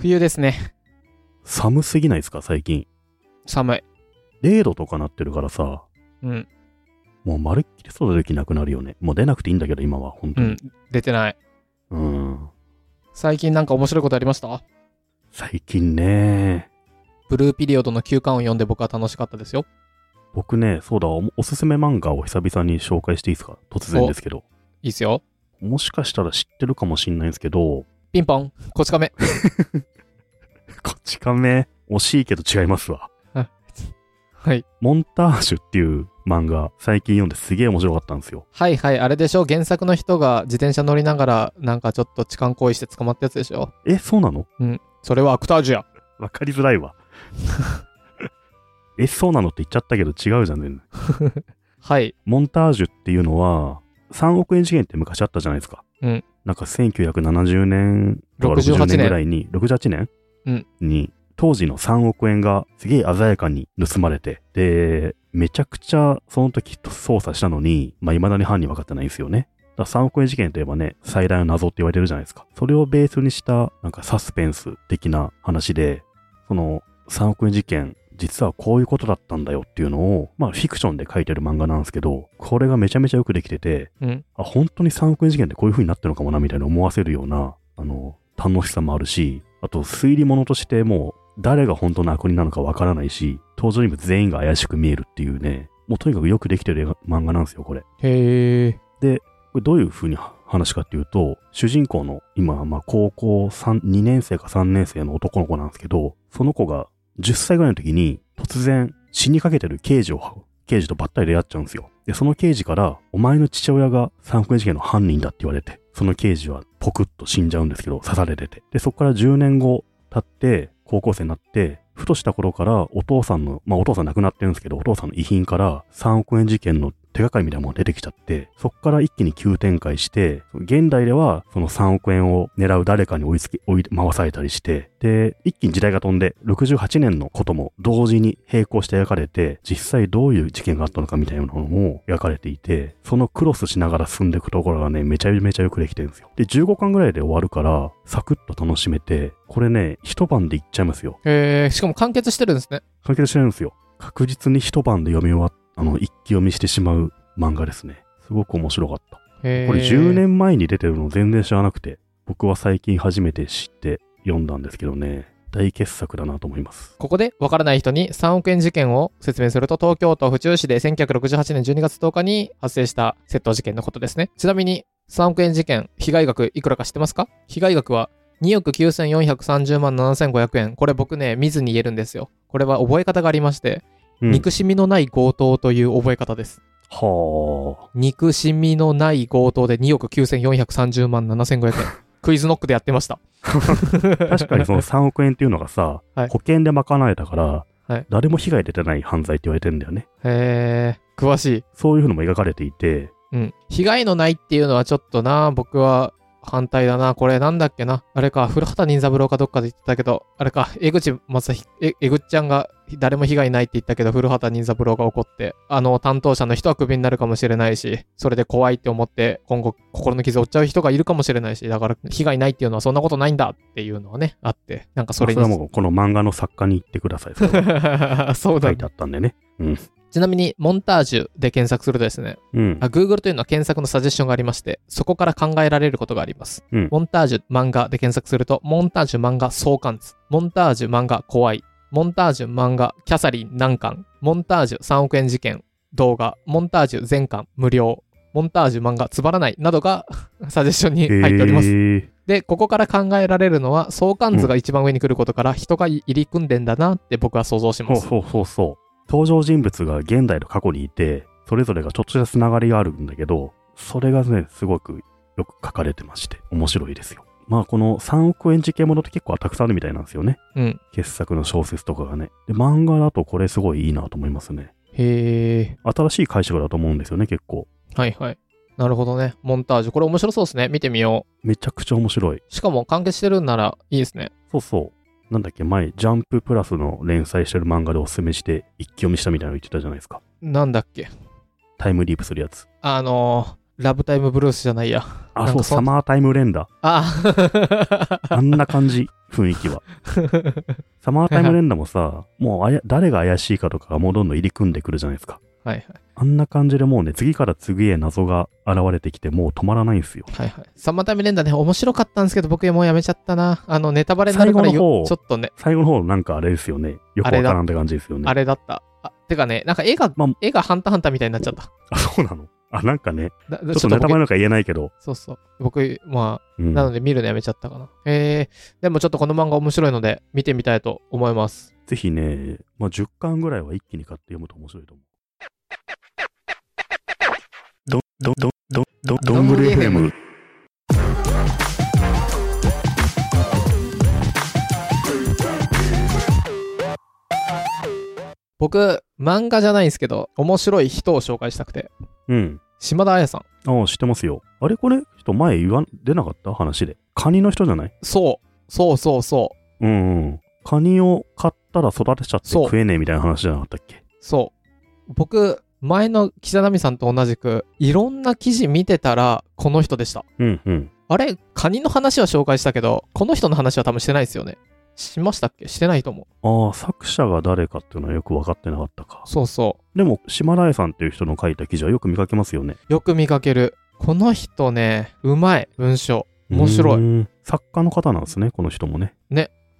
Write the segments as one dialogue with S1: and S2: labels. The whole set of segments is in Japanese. S1: 冬ですね。
S2: 寒すぎないですか、最近。
S1: 寒い。
S2: 0度とかなってるからさ、
S1: うん。
S2: もうまるっきり外できなくなるよね。もう出なくていいんだけど、今は、本当
S1: うん
S2: に。。
S1: 出てない。
S2: うん。
S1: 最近なんか面白いことありました
S2: 最近ね、
S1: ブルーピリオドの休館を読んで僕は楽しかったですよ。
S2: 僕ね、そうだお、おすすめ漫画を久々に紹介していいですか突然ですけど。
S1: いいっすよ。
S2: もしかしたら知ってるかもしんないんですけど、
S1: ピンポン、こち亀。
S2: こっち亀、惜しいけど違いますわ。
S1: はい。
S2: モンタージュっていう漫画、最近読んですげえ面白かったんですよ。
S1: はいはい、あれでしょ原作の人が自転車乗りながらなんかちょっと痴漢行為して捕まったやつでしょ
S2: え、そうなの
S1: それはアクタージュや。
S2: わかりづらいわ。え、そうなのって言っちゃったけど違うじゃん、全然。
S1: はい。
S2: モンタージュっていうのは、3億円事件って昔あったじゃないですか。
S1: うん
S2: なんか1970年とか
S1: 68
S2: 60年ぐらいに、68年、
S1: うん
S2: に、当時の3億円がすげえ鮮やかに盗まれて、で、めちゃくちゃその時捜査したのに、まあ、未だに犯人分かってないんですよね。だから3億円事件といえばね、最大の謎って言われてるじゃないですか。それをベースにした、なんかサスペンス的な話で、その3億円事件、実はこういうことだったんだよっていうのを、まあフィクションで書いてる漫画なんですけど、これがめちゃめちゃよくできてて、
S1: うん。
S2: あ、本当に3億円事件ってこういう風になってるのかもなみたいな思わせるような、あの、楽しさもあるし、あと推理物としてもう誰が本当の悪人なのかわからないし、登場人物全員が怪しく見えるっていうね、もうとにかくよくできてる漫画なんですよ、これ。
S1: へえ。
S2: これどういう風に話かっていうと、主人公の今、まあ、高校3、2年生か3年生の男の子なんですけど、その子が10歳ぐらいの時に突然死にかけてる刑事を、刑事とばったり出会っちゃうんですよ。で、その刑事から、お前の父親が3億円事件の犯人だって言われて、その刑事はポクッと死んじゃうんですけど、刺されてて。で、そこから10年後経って、高校生になって、ふとした頃からお父さんの、まあお父さん亡くなってるんですけど、お父さんの遺品から3億円事件の手がかりみたいなものが出てきちゃって、そこから一気に急展開して、現代ではその3億円を狙う誰かに追いつき、追い回されたりして、で、一気に時代が飛んで、68年のことも同時に並行して描かれて、実際どういう事件があったのかみたいなのも描かれていて、そのクロスしながら進んでいくところがね、めちゃめちゃよくできてるんですよ。で、15巻ぐらいで終わるから、サクッと楽しめて、これね、一晩でいっちゃいますよ。
S1: へえ。しかも完結してるんですね。
S2: 完結してるんですよ。確実に一晩で読み終わっあの、一気読みしてしまう漫画ですね。すごく面白かった。
S1: へえ。
S2: これ10年前に出てるの全然知らなくて、僕は最近初めて知って読んだんですけどね、大傑作だなと思います。
S1: ここで分からない人に3億円事件を説明すると東京都府中市で1968年12月10日に発生した窃盗事件のことですね。ちなみに3億円事件、被害額いくらか知ってますか被害額は2億9430万7500円。これ僕ね、見ずに言えるんですよ。これは覚え方がありまして、
S2: うん
S1: 憎しみのない強盗という覚え方です。
S2: は
S1: 憎しみのない強盗で2億9430万7500円。クイズノックでやってました。
S2: あ。確かにその3億円っていうのがさ、
S1: はい
S2: 保険で賄えたから、
S1: はい
S2: 誰も被害出てない犯罪って言われてんだよね。
S1: へー、詳しい。
S2: そういうふうのも描かれていて、
S1: うん。被害のないっていうのはちょっとな、僕は反対だな。これなんだっけな。あれか、古畑任三郎かどっかで言ってたけど、あれか、江口正彦、え江口ちゃんが誰も被害ないって言ったけど、古畑任三郎が怒って、あの担当者の人はクビになるかもしれないし、それで怖いって思って、今後心の傷を負っちゃう人がいるかもしれないし、だから被害ないっていうのはそんなことないんだっていうのはね、あって、なんかそ
S2: そ
S1: れ
S2: れ
S1: に。
S2: はもうこの漫画の作家に言ってください。 それ
S1: そう
S2: 書
S1: だ
S2: いてあったんでね。
S1: ちなみに、モンタージュで検索するとですね、
S2: うん
S1: あ。Google というのは検索のサジェッションがありまして、そこから考えられることがあります。
S2: うん
S1: モンタージュ漫画で検索すると、モンタージュ漫画相関図、モンタージュ漫画怖い、モンタージュ漫画キャサリン難関、モンタージュ3億円事件、動画、モンタージュ全巻無料、モンタージュ漫画つばらないなどが サジェッションに入っております。
S2: え
S1: で、ここから考えられるのは、相関図が一番上に来ることから、人が入り組んでんだなって僕は想像し
S2: ー、そ
S1: ま
S2: う
S1: す。
S2: そうそうそう。登場人物が現代と過去にいて、それぞれがちょっとしたつながりがあるんだけど、それがね、すごくよく書かれてまして、面白いですよ。まあ、この3億円事件ものって結構たくさんあるみたいなんですよね。
S1: うん。
S2: 傑作の小説とかがね。で、漫画だとこれすごいいいなと思いますね。
S1: へー。
S2: 新しい解釈だと思うんですよね、結構。
S1: はいはい。なるほどね。モンタージュ。これ面白そうですね。見てみよう。
S2: めちゃくちゃ面白い。
S1: しかも完結してるんならいいですね。
S2: そうそう。なんだっけ、前、ジャンププラスの連載してる漫画でおすすめして、一気読みしたみたいなの言ってたじゃないですか。
S1: なんだっけ。
S2: タイムリープするやつ。
S1: あのー、ラブタイムブルースじゃないや。な
S2: あ、
S1: ん
S2: そ
S1: か
S2: う、
S1: そん
S2: サマータイム連打。
S1: あ
S2: あんな感じ。 雰囲気は。サマータイム連打もさ、もうあや誰が怪しいかとかがもうどんどん入り組んでくるじゃないですか。
S1: はいはい。
S2: あんな感じでもうね、次から次へ謎が現れてきて、もう止まらないんですよ。
S1: はいはい。サマータイム連打ね、面白かったんですけど、僕もうやめちゃったな。あの、ネタバレになるから
S2: 最後の
S1: よ
S2: 方
S1: ちょっとね、
S2: 最後の方なんかあれですよね。よくわからんって感じですよね。
S1: あれだった。あてかね、なんか絵が、
S2: まあ
S1: 絵がハンターハンターみたいになっちゃった。
S2: あそうなのあ、なんかね、
S1: な
S2: ちょ
S1: ちょ
S2: っと
S1: っと
S2: ネタバレ
S1: 僕
S2: なんか言えないけど。
S1: そうそう。僕、まあ、
S2: うん
S1: なので見るのやめちゃったかな。えー、でもちょっとこの漫画面白いので、見てみたいと思います。
S2: ぜひね、まあ、10巻ぐらいは一気に買って読むと面白いと思う。ど、ど、ど、ど、ど、
S1: どんぐり FM。僕、漫画じゃないんですけど、面白い人を紹介したくて、
S2: うん。
S1: 島田彩さん。
S2: ああ、知ってますよ。あれこれ、ちょっと前言わん、出なかった話で。カニの人じゃない
S1: そう、そうそうそう、
S2: うん、うん。カニを買ったら育てちゃって
S1: そう
S2: 食えねえみたいな話じゃなかったっけ
S1: そう。僕、前の岸田奈美さんと同じく、いろんな記事見てたら、この人でした。
S2: うん、うん。
S1: あれ、カニの話は紹介したけど、この人の話は多分してないですよね。しましたっけしてないと思
S2: ああ、作者が誰かっていうのはよく分かってなかったか
S1: う。。そうそ
S2: でも、島田絵さんっていう人の書いた記事はよく見かけますよね。
S1: う。よく見かける。この人ね、うまい、文章。面白い
S2: い。作家の方なんですね、この人もね。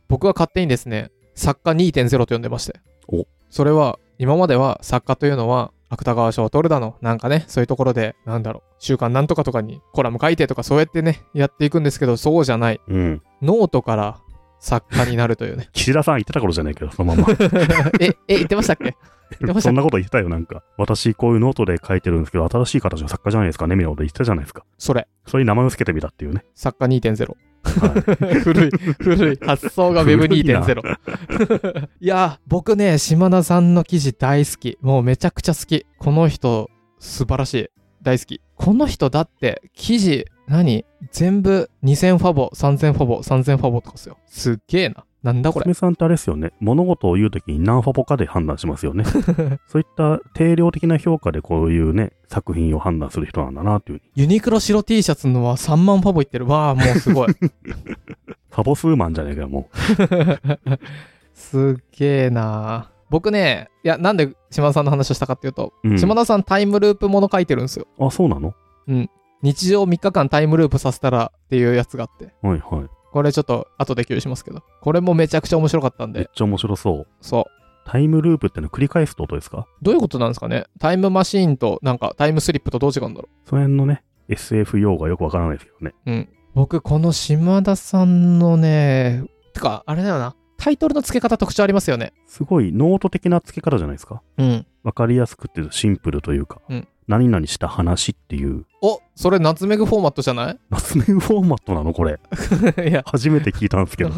S1: 僕は勝手にですね、作家2.0と呼んでまして。
S2: お
S1: それは、今までは作家というのは、芥川賞を取るだの、なんかね、そういうところで、なんだろう、週刊なんとかとかにコラム書いてとか、そうやってね、やっていくんですけど、そうじゃない。
S2: うん。。
S1: ノートから作家になるというね
S2: 岸田さん言ってた頃じゃないけど、そのまま。
S1: え、え、言ってましたっけ言ってました
S2: そんなこと言ってたよ、なんか。私、こういうノートで書いてるんですけど、新しい形の作家じゃないですかね、みたいなこと言ってたじゃないですか。
S1: それ、
S2: それに名前を付けてみたっていうね。
S1: 作家2.0。
S2: はい、
S1: 古い、古い。発想が
S2: 古いな
S1: Web2.0。いやー、僕ね、島田さんの記事大好き。もうめちゃくちゃ好き。この人、素晴らしい。大好き。この人だって、記事、何全部2000ファボ、3000ファボ、3000ファボとかっすよ。すっげえな。なんだこれ。
S2: 娘さんってあれですよね。物事を言うときに何ファボかで判断しま すよね。そういった定量的な評価でこういうね、作品を判断する人なんだな、っていう。
S1: ユニクロ白 T シャツのは3万ファボいってる。わあ、もうすごい。
S2: ファボスーマンじゃねえかよ、も
S1: すっげえな僕ね、いや、なんで島田さんの話をしたかっていうと、
S2: う。うん、
S1: 島田さんタイムループもの書いてるんですよ。
S2: あ、そうなの
S1: 日常3日間タイムループさせたらっていうやつがあって、
S2: はいはい。
S1: これちょっと後で共有しますけど、これもめちゃくちゃ面白かったん
S2: めっ
S1: で、
S2: ちゃ面白そう。
S1: そう。
S2: タイムループってのは繰り返すってことですか
S1: どういうことなんですかねタイムマシーンとなんかタイムスリップとどう違うんだろ
S2: その辺のね、SF 用語はよくわからないですけどね。
S1: ううん。僕、この島田さんのね、てか、あれだよな、タイトルの付け方特徴ありますよね。
S2: すごいノート的な付け方じゃないですか。
S1: うん。
S2: わかりやすくてシンプルというか、
S1: うん
S2: 何々した話っていう、
S1: おそれナツメグフォーマットじゃない
S2: 夏目フォーマットなのこれ。
S1: い や、
S2: 初めて聞いたんですけど、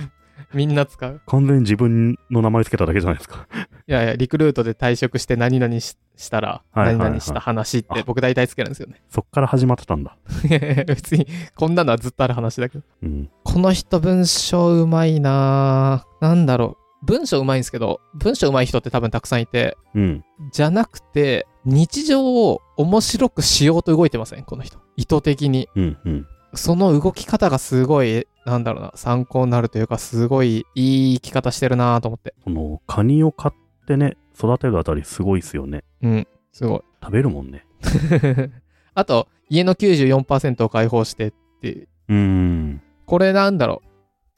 S1: みんな使う。
S2: 完全に自分の名前つけただけじゃないで すか。
S1: いやいや、リクルートで退職して何々ししたら、
S2: はいはいはい
S1: 何々した話って僕大体つけるんですよね。
S2: そっから始まってたんだ。
S1: いやいや別に、こんなのはずっとある話だけど。
S2: うん。
S1: この人文章うまいなぁなんだろう。文章うまいんですけど、文章うまい人って多分たくさんいて、
S2: うん。
S1: じゃなくて、日常を面白くしようと動いてません、この人。意図的に。
S2: うん。うん。
S1: その動き方がすごい、なんだろうな、参考になるというか、すごいいい生き方してるなぁと思って。
S2: この、カニを買ってね、育てるあたりすごいっすよね。
S1: うん、すごい。
S2: 食べるもんね。
S1: あと、家の94%を解放してっていう
S2: うーん。
S1: これなんだろう。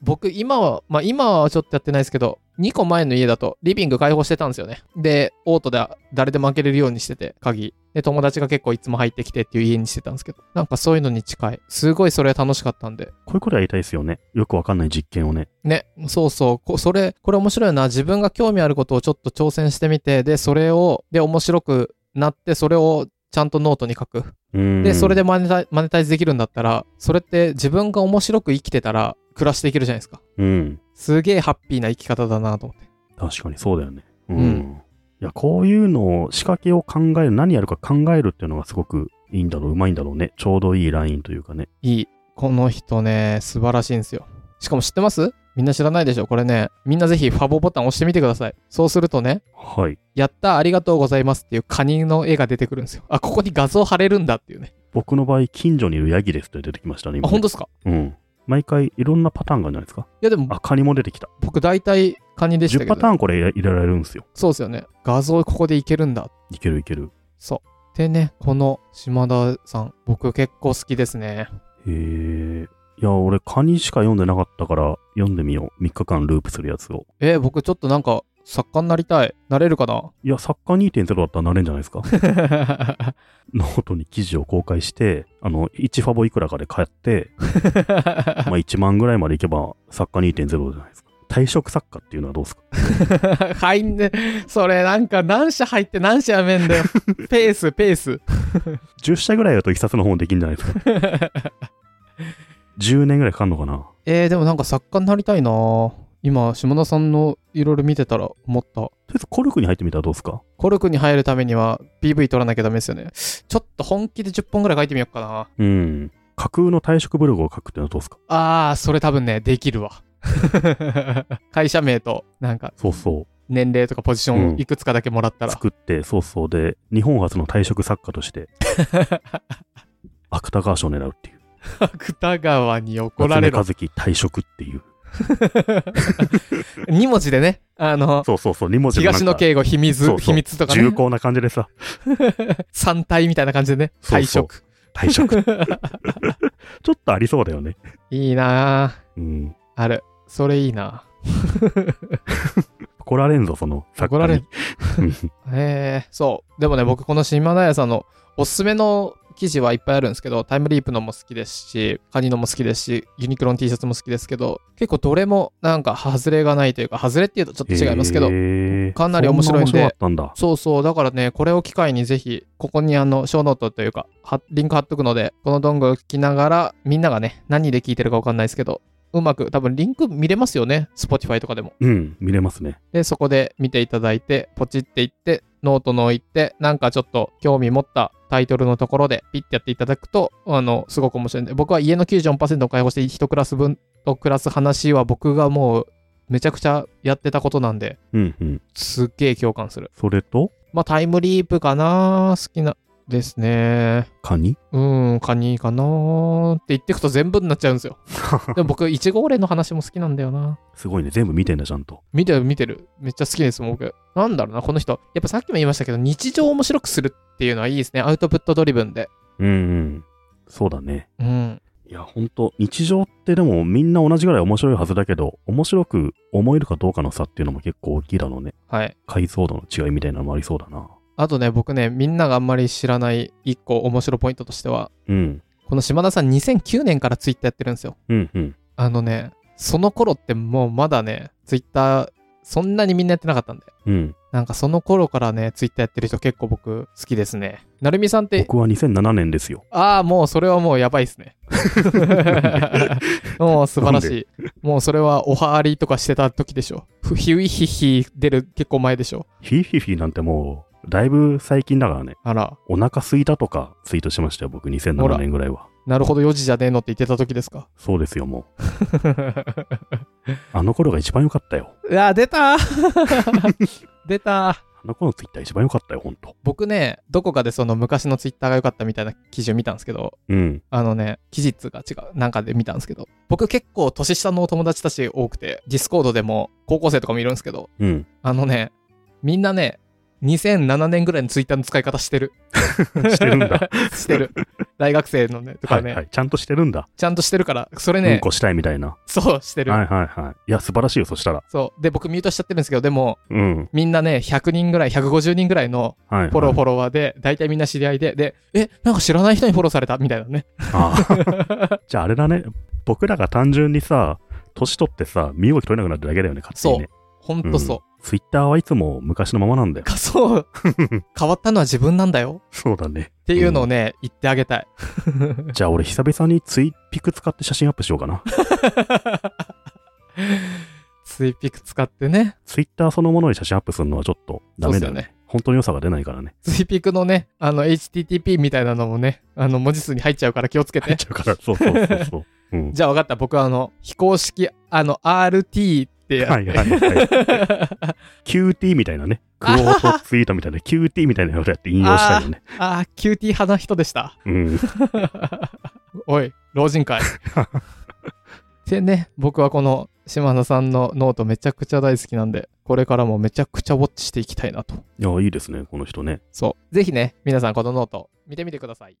S1: 僕、今は、まあ今はちょっとやってないですけど、2個前の家だとリビング開放してたんですよね。で、オートで誰でも開けれるようにしてて、鍵。で、友達が結構いつも入ってきてっていう家にしてたんですけど、なんかそういうのに近い。すごいそれは楽しかったんで。
S2: こういうことやりたいですよね。よくわかんない実験をね。
S1: ね、そうそう、こそれ、これ面白いな。自分が興味あることをちょっと挑戦してみて、で、それを、で、面白くなって、それをちゃんとノートに書く。
S2: うーん。
S1: で、それでマネタマネタイズできるんだったら、それって自分が面白く生きてたら、暮らしていけるじゃないですか。
S2: うん。
S1: すげえハッピーな生き方だなと思って。
S2: 確かにそうだよね。うん。
S1: うん
S2: いや、こういうのを仕掛けを考える、何やるか考えるっていうのがすごくいいんだろう、うまいんだろうね。ちょうどいいラインというかね。
S1: いい。この人ね、素晴らしいんですよ。しかも知ってますみんな知らないでしょこれね、みんなぜひファボボタン押してみてください。そうするとね、
S2: はい。
S1: やった、ありがとうございますっていうカニの絵が出てくるんですよ。あ、ここに画像貼れるんだっていうね。
S2: 僕の場合、近所にいるヤギですって出てきましたね、今
S1: あ、
S2: ね
S1: 本当ですか
S2: うん。毎回いろんなパターンがあるんじゃないですか。
S1: やでも
S2: あ、カニも出てきた。
S1: 僕大体カニでしたけ
S2: 10
S1: ど
S2: パターンこれ入れられるんですよ。
S1: そうですよね画像ここでいけるんだ
S2: いけるいける。
S1: そうでねこの島田さん僕結構好きですね
S2: へえ。いや、俺、カニしか読んでなかったから、読んでみよう。3日間ループするやつを。
S1: えー僕ちょっとなんか作家になりたいなれるか ない
S2: や、作家2.0だったらなれんじゃないですか。 ノートに記事を公開して、あの、1ファボいくらかで買って、まあ1万ぐらいまでいけば、作家2.0じゃないですか。退職作家っていうのはどうですか
S1: 入んねそれなんか何社入って何社やめん だよペースペース
S2: ?10 社ぐらいだと一冊の本できんじゃないですか。10年ぐらいかかんのかな
S1: えー、でもなんか作家になりたいな今島田さんのいろいろ見てたら思った
S2: とりあえずコルクに入ってみたらどうですか
S1: コルクに入るためには PV 取らなきゃダメですよねちょっと本気で10本ぐらい書いてみようかな
S2: うん。架空の退職ブログを書くっていうのはどうですか
S1: あー、それ多分ね、でき るわ。会社名と、なんか、
S2: そうそ
S1: 年齢とかポジションをいくつかだけもらった
S2: う。
S1: ら。
S2: 作って、そうそうで、日本初の退職作家として、芥川賞を狙うっていう。
S1: 芥川に怒られる
S2: 夏。目和樹退職っていう。
S1: 2文字でね、あの、
S2: そうそうそう、二文字のなんか
S1: 東野敬吾秘密、
S2: そうそう
S1: 秘密とか
S2: 重
S1: ね、
S2: 厚な感じでさ、
S1: 三体みたいな感じでね、
S2: そう
S1: 退
S2: そう
S1: 職。
S2: 退職。 ちょっとありそうだよね。
S1: いいな
S2: うん。
S1: ぁ。ある。それいいな
S2: 怒られんぞ、その作
S1: 怒ら
S2: 家
S1: れ
S2: に
S1: る。へえ、そう。でもね、僕、この島田屋さんのおすすめの記事はいっぱいあるんですけど、タイムリープのも好きですし、カニのも好きですし、ユニクロの T シャツも好きですけど、結構どれもなんか、外れがないというか、外れっていうとちょっと違いますけど、
S2: へー
S1: かなり面白いんで
S2: そな面白かったんだ。
S1: そうそう、だからね、これを機会にぜひ、ここにあの、小ノートというか、はリンク貼っとくので、このドングを聞きながら、みんながね、何で聞いてるかわかんないですけど、うまく、多分リンク見れますよね、Spotify とかでも。
S2: うん、見れますね。
S1: で、そこで見ていただいて、ポチっていって、ノートの置いて、なんかちょっと興味持ったタイトルのところで、ピッてやっていただくと、あの、すごく面白いんで、僕は家の94%を解放して、1クラス分と暮らす話は僕がもう、めちゃくちゃやってたことなんで、
S2: うんうん。
S1: すっげえ共感する。
S2: それと、
S1: まあ、タイムリープかな好きな、ですね。
S2: カニ
S1: うーん、カニかなって言ってくと全部になっちゃうんですよ。でも僕、いちごオレの話も好きなんだよな。
S2: すごいね。全部見てんだ、ちゃんと。
S1: 見てる見てる。めっちゃ好きです、僕。なんだろうな、この人。やっぱさっきも言いましたけど、日常を面白くするっていうのはいいですね。アウトプットドリブンで。
S2: うんうん。そうだね。
S1: うん。
S2: いや、ほんと、日常ってでもみんな同じぐらい面白いはずだけど、面白く思えるかどうかの差っていうのも結構大きいだろうね。
S1: はい。
S2: 解像度の違いみたいなのもありそうだな。
S1: あとね、僕ね、みんながあんまり知らない一個面白いポイントとしては、
S2: うん。
S1: この島田さん2009年からツイッターやってるんですよ。
S2: うんうん。
S1: あのね、その頃ってもうまだね、ツイッターそんなにみんなやってなかったんで。
S2: うん。
S1: なんかその頃からね、ツイッターやってる人結構僕好きですね。なるみさんって
S2: 僕は2007年ですよ。
S1: ああ、もうそれはもうやばいっす ね。もう素晴らしい。もうそれはおはありとかしてた時でしょ。ふひゅいひひ出る結構前でしょ。
S2: ヒーヒーヒーなんてもう、だいぶ最近だからね。
S1: あら、
S2: お腹すいたとかツイートしましたよ、
S1: ほ
S2: 僕2007
S1: ら
S2: 年ぐらいは。
S1: なるほど4時じゃねえのって言ってた時ですか。
S2: そう ですよ、もう。あの頃が一番良かったよ。
S1: いやー、出たー 出たー
S2: あの頃のツイッター一番良かったよ、ほんと。
S1: 僕ね、どこかでその昔のツイッターが良かったみたいな記事を見たんですけど、
S2: うん。
S1: あのね、期日が違う、なんかで見たんですけど、僕結構年下のお友達たち多くて、ディスコードでも高校生とかもいるんですけど、
S2: うん。
S1: あのね、みんなね、2007年ぐらいのツイッターの使い方してる。
S2: してるんだ。
S1: してる。大学生のね、とか
S2: はい
S1: ね、
S2: はい。ちゃんとしてるんだ。
S1: ちゃんとしてるから、それ
S2: うん
S1: ね、
S2: こしたいみたいな。
S1: そう、してる、
S2: はいはいはい。いや、素晴らしいよ、そしたら。
S1: そう。で、僕ミュートしちゃってるんですけど、でも、
S2: うん。
S1: みんなね、100人ぐらい、150人ぐらいの
S2: はい、はい。
S1: フォロー、フォロワーで、大体みんな知り合いで、で、え、なんか知らない人にフォローされたみたいなね。
S2: ああ じゃああれだね。僕らが単純にさ、年取ってさ、身動き取れなくなっただけだよね、勝手にね。
S1: ほんとそう。
S2: ツイッターはいつも昔のままなんだよ。
S1: か、 そう。変わったのは自分なんだよ。
S2: そうだね。
S1: っていうのをね、言ってあげたい。
S2: じゃあ俺久々にツイピク使って写真アップしようかな。
S1: ツイピク使ってね。
S2: ツイッターそのものに写真アップするのはちょっとダメだよ
S1: そうっすよ
S2: ね。
S1: ね
S2: 本当に良さが出ないからね。
S1: ツイピクのね、あの、HTTP みたいなのもね、あの、文字数に入っちゃうから気をつけ。
S2: 入ってちゃうから。 そうそうそうそう。うん。
S1: じゃあ分かった。僕はあの、非公式、あの、RT ってやっ
S2: はいはいはい。QT みたい なね。クオートツイートみたいな、QT みたいなのをやって引用したいよね。
S1: あー、キュー ティー派な人でした。
S2: うん。
S1: おい、老人会。でね、僕はこの島野さんのノートめちゃくちゃ大好きなんで、これからもめちゃくちゃウォッチしていきたいなと。
S2: いや、いいですね、この人ね。
S1: そう。ぜひね、皆さんこのノート見てみてください。